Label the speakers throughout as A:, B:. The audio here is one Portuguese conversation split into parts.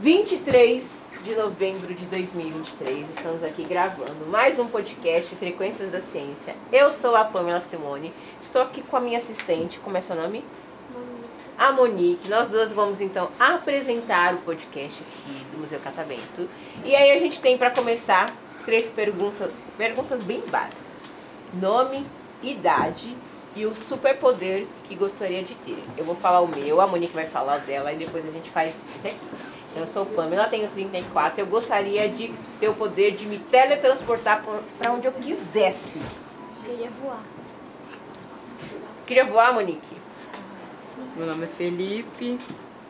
A: 23 de novembro de 2023, estamos aqui gravando mais um podcast Frequências da Ciência. Eu sou a Pamela Simone, estou aqui com a minha assistente, como é seu nome? A Monique. Nós duas vamos então apresentar o podcast aqui do Museu Catavento. E aí a gente tem para começar três perguntas, perguntas bem básicas: nome, idade e o superpoder que gostaria de ter. Eu vou falar o meu, a Monique vai falar o dela e depois a gente faz, certo? Eu sou Pamela, tenho 34. Eu gostaria de ter o poder de me teletransportar para onde eu quisesse.
B: Queria voar.
A: Queria voar, Monique?
C: Meu nome é Felipe,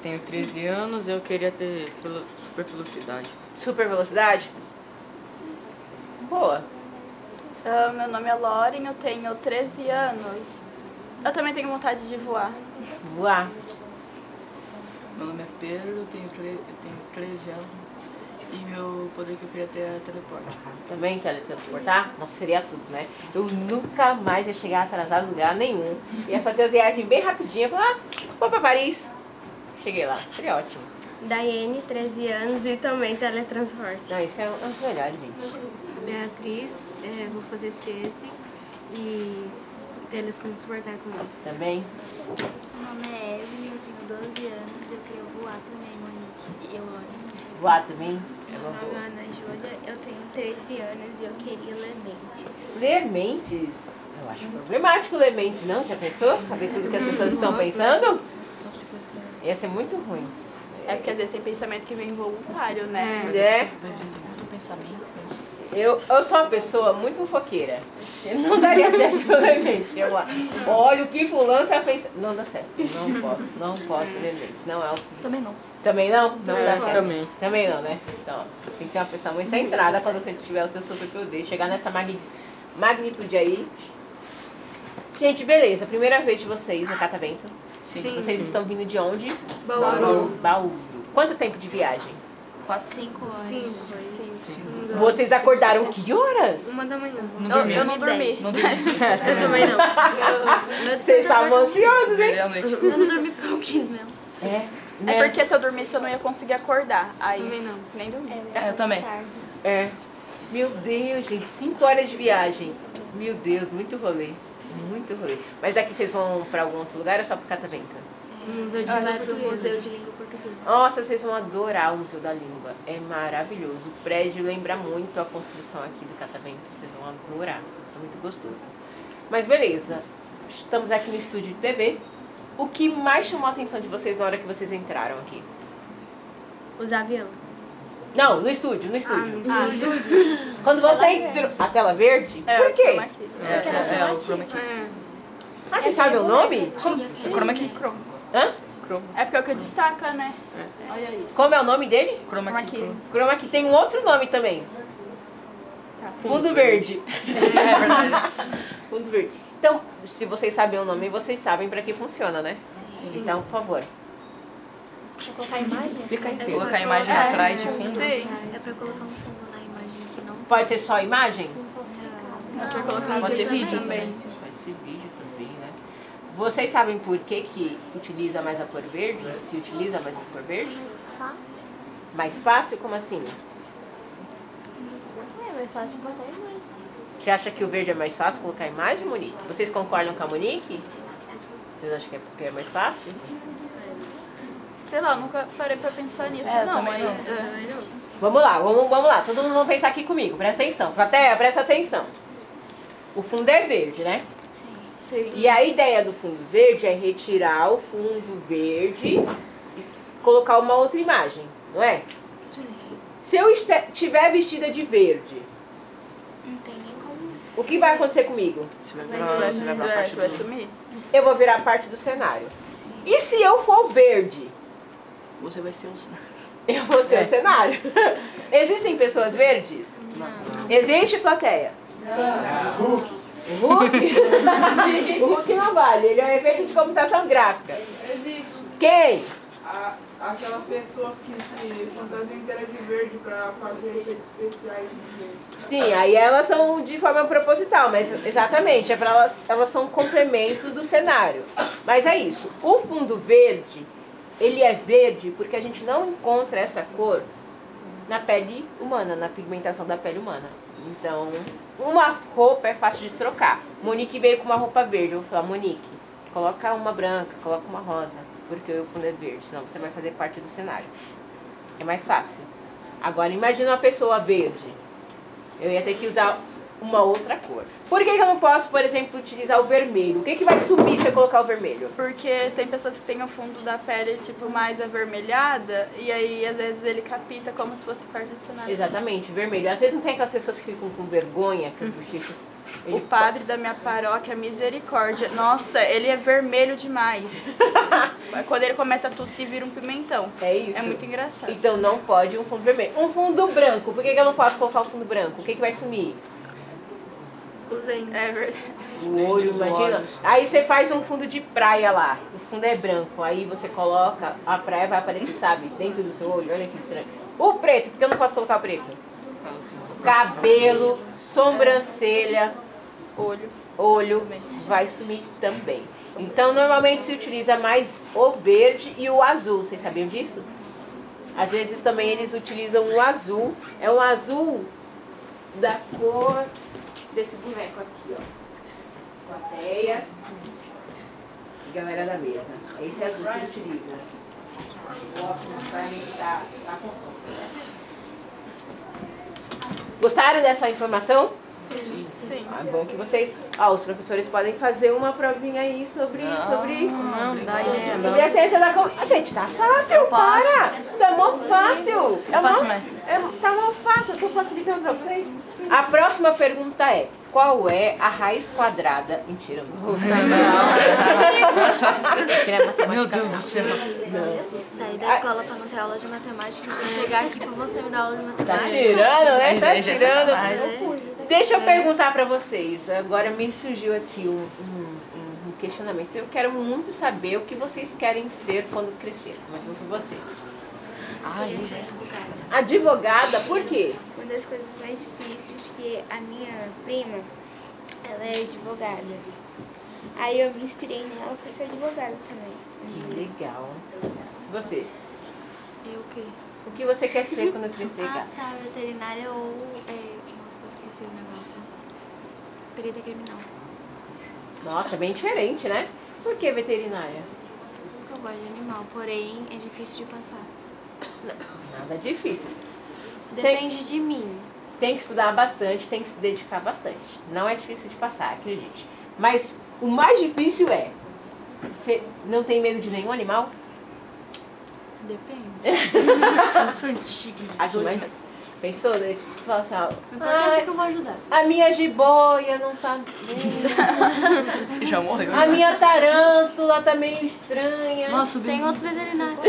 C: tenho 13 anos, eu queria ter velo- super velocidade.
A: Super velocidade? Boa.
D: Ah, meu nome é Lauren, eu tenho 13 anos. Eu também tenho vontade de voar.
A: Voar.
C: Meu nome é Pedro, eu tenho, tre- eu tenho 13 anos e meu poder que eu queria ter é teleporte.
A: Também teletransportar? Nossa, seria tudo, né? Eu nunca mais ia chegar atrasado em lugar nenhum. Ia fazer a viagem bem rapidinha. Falar, ah, vou para Paris. Cheguei lá. Seria ótimo.
B: Daiane, 13 anos e também teletransporte.
A: Não, isso é um dos melhores, gente.
E: Beatriz, é, vou fazer 13 e teletransportar também.
A: Também.
B: Meu nome é Evelyn, eu tenho 12 anos eu queria voar também, Monique. E eu amo.
A: Voar também. É uma
B: Meu
A: boa.
B: nome é Ana Júlia, eu tenho 13 anos e eu queria ler mentes.
A: Lementes? Eu acho problemático lemente, não? Já pensou? Saber tudo que as pessoas estão pensando? Ia ser muito ruim.
D: É porque às vezes tem pensamento que vem voluntário, né?
A: É,
C: Muito pensamento.
A: eu, eu sou uma pessoa muito fofoqueira. Não daria certo eu lemente. Eu, olha o que fulano tá pensando. Não dá certo. Não posso, não posso lemente. Não é o
C: Também não.
A: Também não? Não
F: Tá,
A: dá certo.
C: Também.
A: Também não, né? Então, ó, tem que ter uma pessoa muito centrada quando você tiver o seu superpoder. Chegar nessa magni- magnitude aí. Gente, beleza. Primeira vez de vocês no Catavento.
C: Sim.
A: Vocês estão vindo de onde?
E: Bauru.
A: Bauru. Quanto tempo de viagem?
E: 5 horas. 5.
A: Vocês acordaram que horas?
E: Uma da manhã.
D: Eu, eu não dormi.
E: Eu também não. Eu, meu
A: Vocês estavam
E: despertador-
A: ansiosos, hein?
C: Primeira noite.
E: Eu não dormi porque eu quis mesmo.
A: É.
D: É porque se eu dormisse eu não ia conseguir acordar. Aí
E: Também não.
D: nem dormi.
C: eu também.
A: É. Meu Deus, gente, 5 horas de viagem. Meu Deus, muito rolê. Muito rolê. Mas daqui vocês vão pra algum outro lugar ou só pro Catavento?
B: É.
E: Museu de
B: Olha,
E: Vai pro
B: portuguesa.
E: Museu de Língua Portuguesa.
A: Nossa, vocês vão adorar o Museu da Língua. É maravilhoso. O prédio lembra muito a construção aqui do Catavento. Vocês vão adorar. É muito gostoso. Mas beleza. Estamos aqui no estúdio de TV. O que mais chamou a atenção de vocês na hora que vocês entraram aqui?
E: Os avião.
A: Não, no estúdio, no estúdio.
B: tá.
E: Ah,
A: Quando você entrou. A tela verde?
D: É,
A: Por quê?
D: chroma key.
C: É, é, é o chroma key.
E: é.
A: Ah, vocês sabem o nome?
C: O chroma key.
A: Hã?
D: É porque é o que destaca, né? Olha isso.
A: Como é o nome dele?
C: Chroma
D: Chroma
C: key.
D: key.
C: É. chroma-
A: Chroma que tem um outro nome também.
B: Tá,
A: Fundo verde.
C: É verdade.
A: Fundo verde. Então, se vocês sabem o nome, vocês sabem pra que funciona, né? Sim. Então, por favor.
B: Vou colocar a imagem?
C: Clica aí, Colocar a
E: É,
C: imagem
E: é,
C: atrás de fundo.
D: Sim.
E: É pra colocar um fundo na imagem que não.
A: Pode ser só imagem?
D: É pra colocar
C: Pode ser vídeo
D: também.
A: Pode ser vídeo também, né? Vocês sabem por que, que utiliza mais a cor verde? Se utiliza mais a cor verde?
B: É. Mais fácil.
A: Mais fácil? Como assim?
B: É, mais fácil botar a imagem.
A: Você acha que o verde é mais fácil colocar a imagem, Monique? Vocês concordam com a Monique? Vocês acham que é, que é mais fácil?
D: Sei lá, eu nunca parei pra pensar nisso,
C: É, eu
D: não.
C: também
D: Aí,
C: não.
D: é.
A: Vamos lá, vamos, vamos lá. Todo mundo vai pensar aqui comigo. Presta atenção. Plateia, presta atenção. O fundo é verde, né?
D: Sim.
A: E a ideia do fundo verde é retirar o fundo verde e s- colocar uma outra imagem, não é? Se eu estiver vestida de verde,
B: Não tem nem como ser.
A: o que vai acontecer comigo?
C: Você vai pra, você vai pra
D: É,
C: parte
D: tu vai
C: do...
D: sumir?
A: Eu vou virar parte do cenário. E se eu for verde?
C: Você vai ser um É. o...
A: Eu vou ser o cenário. Existem pessoas verdes? Existe plateia? Não. O Hulk? o Hulk não vale, ele é um evento de computação gráfica. Quem?
G: aquelas pessoas que se fantasiam inteira de verde pra fazer efeitos especiais em inglês.
A: Sim, aí elas são de forma proposital, mas exatamente, é para elas, elas são complementos do cenário. Mas é isso. O fundo verde, ele é verde porque a gente não encontra essa cor na pele humana, na pigmentação da pele humana. Então, uma roupa é fácil de trocar. Monique veio com uma roupa verde, eu vou falar, Monique, coloca uma branca, coloca uma rosa, porque o fundo é verde, senão você vai fazer parte do cenário. É mais fácil. Agora, imagina uma pessoa verde. Eu ia ter que usar uma outra cor. Por que, que eu não posso, por exemplo, utilizar o vermelho? O que, que vai subir se eu colocar o vermelho?
D: Porque tem pessoas que têm o fundo da pele, tipo, mais avermelhada, e aí às vezes ele capita como se fosse parte do cenário.
A: Exatamente, vermelho. Às vezes não tem aquelas pessoas que ficam com vergonha, que os bochechos.
D: O padre da minha paróquia, misericórdia. Nossa, ele é vermelho demais. Quando ele começa a tossir, vira um pimentão.
A: É isso.
D: É muito engraçado.
A: Então não pode um fundo vermelho. Um fundo branco. Por que, que eu não posso colocar o fundo branco? O que, que vai sumir?
E: Os dentes.
D: É verdade.
A: O olho,
C: os
A: imagina.
C: olhos.
A: Aí você faz um fundo de praia lá. O fundo é branco. Aí você coloca, a praia vai aparecer, sabe? Dentro do seu olho. Olha que estranho. O preto, por que eu não posso colocar o preto? cabelo, sobrancelha,
D: Olho.
A: olho vai sumir também. Então normalmente se utiliza mais o verde e o azul, vocês sabiam disso? Às vezes também eles utilizam o azul, é um azul da cor desse boneco aqui, ó. Plateia e galera da mesa. É esse azul que utiliza. O óculos vai aumentar a função. Gostaram dessa informação?
C: Sim.
D: Sim.
A: Ah, é bom que vocês. Ah, os professores podem fazer uma provinha aí sobre. sobre...
F: Não, dá ideia.
A: sobre a ciência da com... Ah, gente, tá fácil, para! Tá mó fácil! É mó...
C: faço, mãe.
A: é- tá mó fácil, eu tô facilitando pra vocês. A próxima pergunta é: qual é a raiz quadrada? Mentira, eu não vou.
C: Tá Meu Deus do céu.
E: Saí
A: Ah.
E: da escola pra não ter aula de matemática. Vou chegar aqui pra você me dar aula de
A: Tá
E: matemática.
A: tirando, né? Tá
C: Mas aí já é sacanagem.
A: tirando. Deixa eu perguntar pra vocês. Agora me surgiu aqui um, um- um questionamento. Eu quero muito saber o que vocês querem ser quando crescer. Começando por vocês.
C: Ai,
A: Advogada, por quê?
B: Uma das coisas mais difíceis que a minha prima, ela é advogada. Aí eu me inspirei em ela pra ser advogada também.
A: Que legal. Você,
E: Eu o quê?
A: o que você quer ser quando crescer,
E: Ah,
A: gata?
E: tá. Veterinária ou. É, nossa, eu esqueci o negócio. Perita criminal.
A: Nossa, bem diferente, né? Por que veterinária?
E: Eu gosto de animal, porém é difícil de passar.
A: Nada difícil.
E: Depende de mim.
A: Tem que estudar bastante, tem que se dedicar bastante. Não é difícil de passar, acredite. Mas o mais difícil é. Você não tem medo de nenhum animal? É.
E: Depende.
A: Acho mais. Pensou? Daí tu fala assim, ó,
E: O importante é que
A: "Ai,
E: eu vou ajudar.
A: a minha jiboia não tá bem.
C: já morreu. né?
A: A minha tarântula tá meio estranha.
C: Nossa, bem.
E: Tem outros veterinários.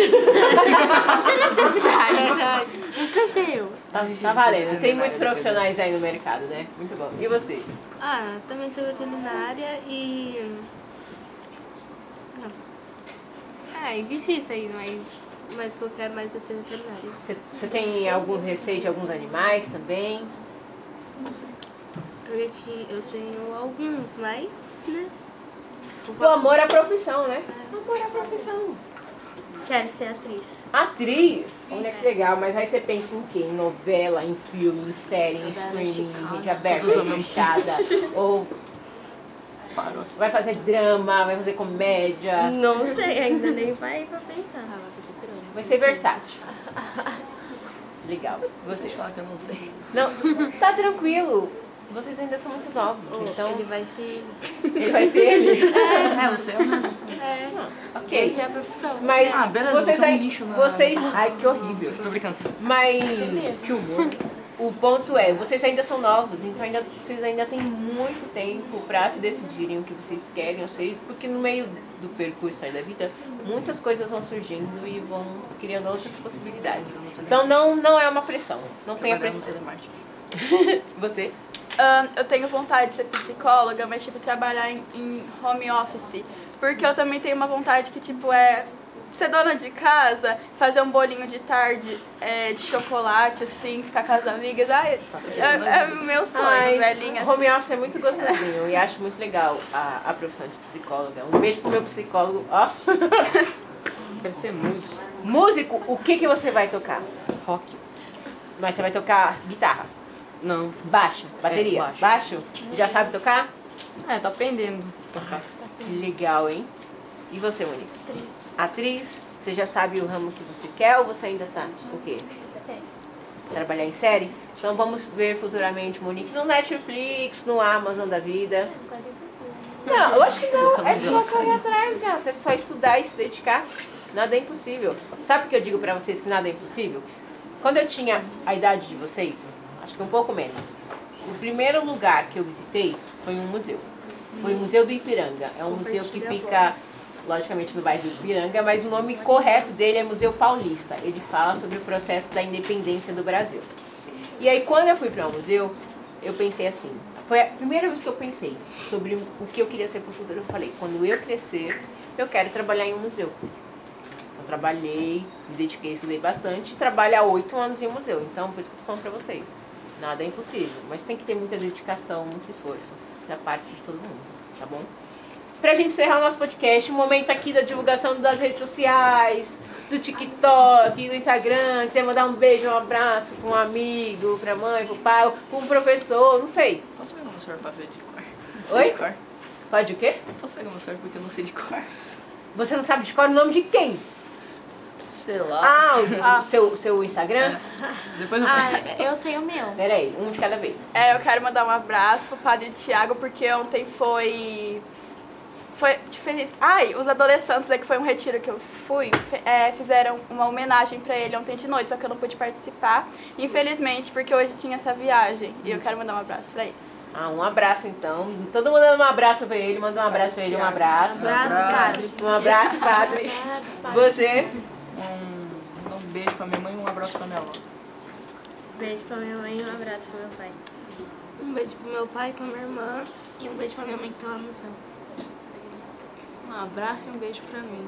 E: Não tem necessidade. Não precisa ser eu.
A: Tá, tá
C: é
A: valendo. Tem muitos profissionais aí no mercado, né? Muito bom. E você?
E: Ah, também sou veterinária e. Não. Ah, é difícil aí, mas. Mas o que eu quero mais é ser veterinária.
A: Você- Você tem alguns receios de alguns animais também?
E: Eu, já ti- eu tenho alguns, mas. né?
A: O amor à profissão, né?
E: É.
A: O amor à profissão.
E: Quero ser atriz.
A: Atriz? Olha que legal, mas aí você pensa em quê? Em novela, em filme, em série, em streaming, em rede aberta,
C: Todos ao
A: em
C: mesmo
A: fechada. Ou
C: Parou.
A: vai fazer drama, vai fazer comédia.
E: Não sei, é ainda nem vai pra pensar.
A: Vai ser versátil. Legal. Você?
C: Vocês falam que eu não sei.
A: Não, tá tranquilo. Vocês ainda são muito novos, então
E: Ele vai ser.
A: ele vai ser ele.
C: É, o céu.
A: Ok.
E: Essa é a profissão.
A: Mas
C: Ah, beleza,
A: vocês,
C: você é um
A: aí-
C: lixo na-
A: vocês, ai que horrível.
C: Estou brincando.
A: Mas que humor. O ponto é, vocês ainda são novos, então ainda, vocês ainda têm muito tempo para se decidirem o que vocês querem, eu sei, porque no meio do percurso aí da vida, muitas coisas vão surgindo e vão criando outras possibilidades. Então não, não é uma pressão, não tem a
C: Trabalhar no
A: pressão.
C: telemarketing.
A: Você?
D: Ahn, eu tenho vontade de ser psicóloga, mas, tipo, trabalhar em, em home office. Porque eu também tenho uma vontade que, tipo, é ser dona de casa, fazer um bolinho de tarde é, de chocolate, assim, ficar com as amigas, ai, é, é meu sonho,
A: Ai,
D: velhinha. assim.
A: home office é muito gostosinho e acho muito legal a, a profissão de psicóloga. Um beijo pro meu psicólogo, ó.
F: Quero ser músico.
A: Músico, o que, que você vai tocar?
F: Rock.
A: Mas você vai tocar guitarra,
F: Não.
A: baixo, bateria,
F: baixo.
A: É, baixo. Já sabe tocar?
F: É, tô aprendendo. Tocar.
A: Que Legal, hein? E você, Monique? Atriz. Atriz? Você já sabe o ramo que você quer ou você ainda tá o quê?
B: É,
A: Trabalhar em série? Então vamos ver futuramente, Monique, no Netflix, no Amazon da vida.
B: Quase impossível. né?
A: Não, eu acho que não.
F: Colocando
A: É só
F: gelo.
A: correr atrás, gata. É só estudar e se dedicar. Nada é impossível. Sabe o que eu digo pra vocês que nada é impossível? Quando eu tinha a idade de vocês, acho que um pouco menos, o primeiro lugar que eu visitei foi um museu. Foi o Museu do Ipiranga. É um museu que fica, logicamente, no bairro do Ipiranga, mas o nome correto dele é Museu Paulista. Ele fala sobre o processo da independência do Brasil. E aí, quando eu fui para o museu, eu pensei assim. Foi a primeira vez que eu pensei sobre o que eu queria ser para o futuro. Eu falei, quando eu crescer, eu quero trabalhar em um museu. Eu trabalhei, me dediquei, estudei bastante. Trabalho há oito anos em um museu. Então, por isso que eu tô falando para vocês. Nada é impossível. Mas tem que ter muita dedicação, muito esforço da parte de todo mundo. Tá bom? Pra gente encerrar o nosso podcast, um momento aqui da divulgação das redes sociais, do TikTok, do Instagram, quiser mandar um beijo, um abraço pra um amigo, pra mãe, pro pai, pra um professor, não sei.
C: Posso pegar uma sorte pra ver de cor? Não
A: Oi?
C: Sei de cor.
A: Pode o quê?
C: Posso pegar uma sorte porque eu não sei de cor?
A: Você não sabe de qual é o nome de quem?
C: Sei lá.
A: Ah, o, o seu, seu Instagram?
C: Depois eu
E: Ah, eu sei o meu.
A: Peraí, um de cada vez.
D: É, eu quero mandar um abraço pro padre Tiago, porque ontem foi. Foi diferente. Ai, os adolescentes, é que foi um retiro que eu fui, fe- é, fizeram uma homenagem pra ele ontem de noite, só que eu não pude participar, infelizmente, porque hoje tinha essa viagem. E eu quero mandar um abraço pra ele.
A: Ah, um abraço então. Todo mundo dando um abraço pra ele, manda um abraço pra ele, um abraço.
E: Abraço, padre.
A: Um abraço, padre. Você?
C: Um, mandar um beijo pra minha mãe e um abraço pra minha avó.
H: Beijo pra minha mãe e um abraço pro meu pai.
E: Um beijo pro meu pai, pra minha irmã e um beijo pra minha mãe que tá lá no céu.
H: Um abraço e um beijo pra mim.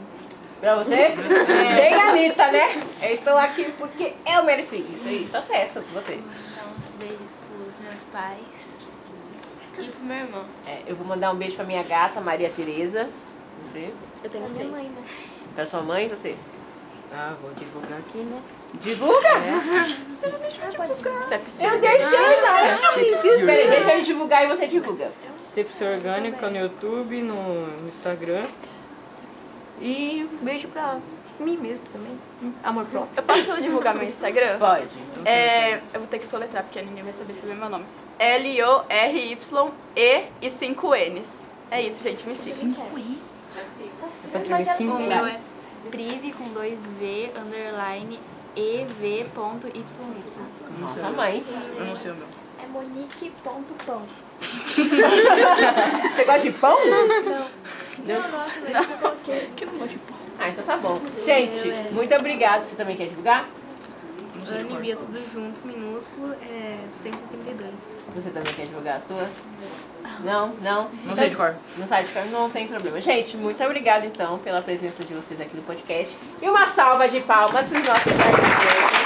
A: Pra você? Bem Anitta, né? É. Eu estou aqui porque eu mereci. Isso aí, tá certo com você.
H: Então, um beijo pros meus pais e pro meu irmão.
A: É, eu vou mandar um beijo pra minha gata, Maria Tereza. Você?
H: Eu tenho
B: Minha
H: seis.
B: mãe, né?
A: Pra sua mãe, você?
F: Ah, vou divulgar aqui, né?
A: Divulga!
D: Isso é possível.
A: Eu deixei, não.
F: É. Sepsi
A: Peraí, deixa ele divulgar e você divulga.
F: Sepsi Orgânica no YouTube, no no Instagram. E um beijo pra mim mesmo também. Amor próprio.
D: Eu posso divulgar meu Instagram?
A: Pode.
D: É, eu vou ter que soletrar, porque ninguém vai saber escrever meu nome. L-O-R-Y-E e 5 N's. É isso, gente, me sigam.
F: É pra escrever
E: O
F: cinco
E: meu é prive com dois V, underline, ev.yy.
A: Nossa mãe.
C: Eu não sei o meu.
B: É monique.pão.
A: Você gosta de pão?
B: Não, nossa, mas eu coloquei.
A: Ah, então tá bom. Gente,
B: é.
A: muito obrigada. Você também quer divulgar?
C: Eu não sei de
H: Ana
C: cor.
H: e Bia, tudo junto, minúsculo, é 132.
A: Você também quer divulgar a sua? Não, não.
C: Não sei de cor.
A: No site não tem problema. Gente, muito obrigada então pela presença de vocês aqui no podcast. E uma salva de palmas para os nossos participantes.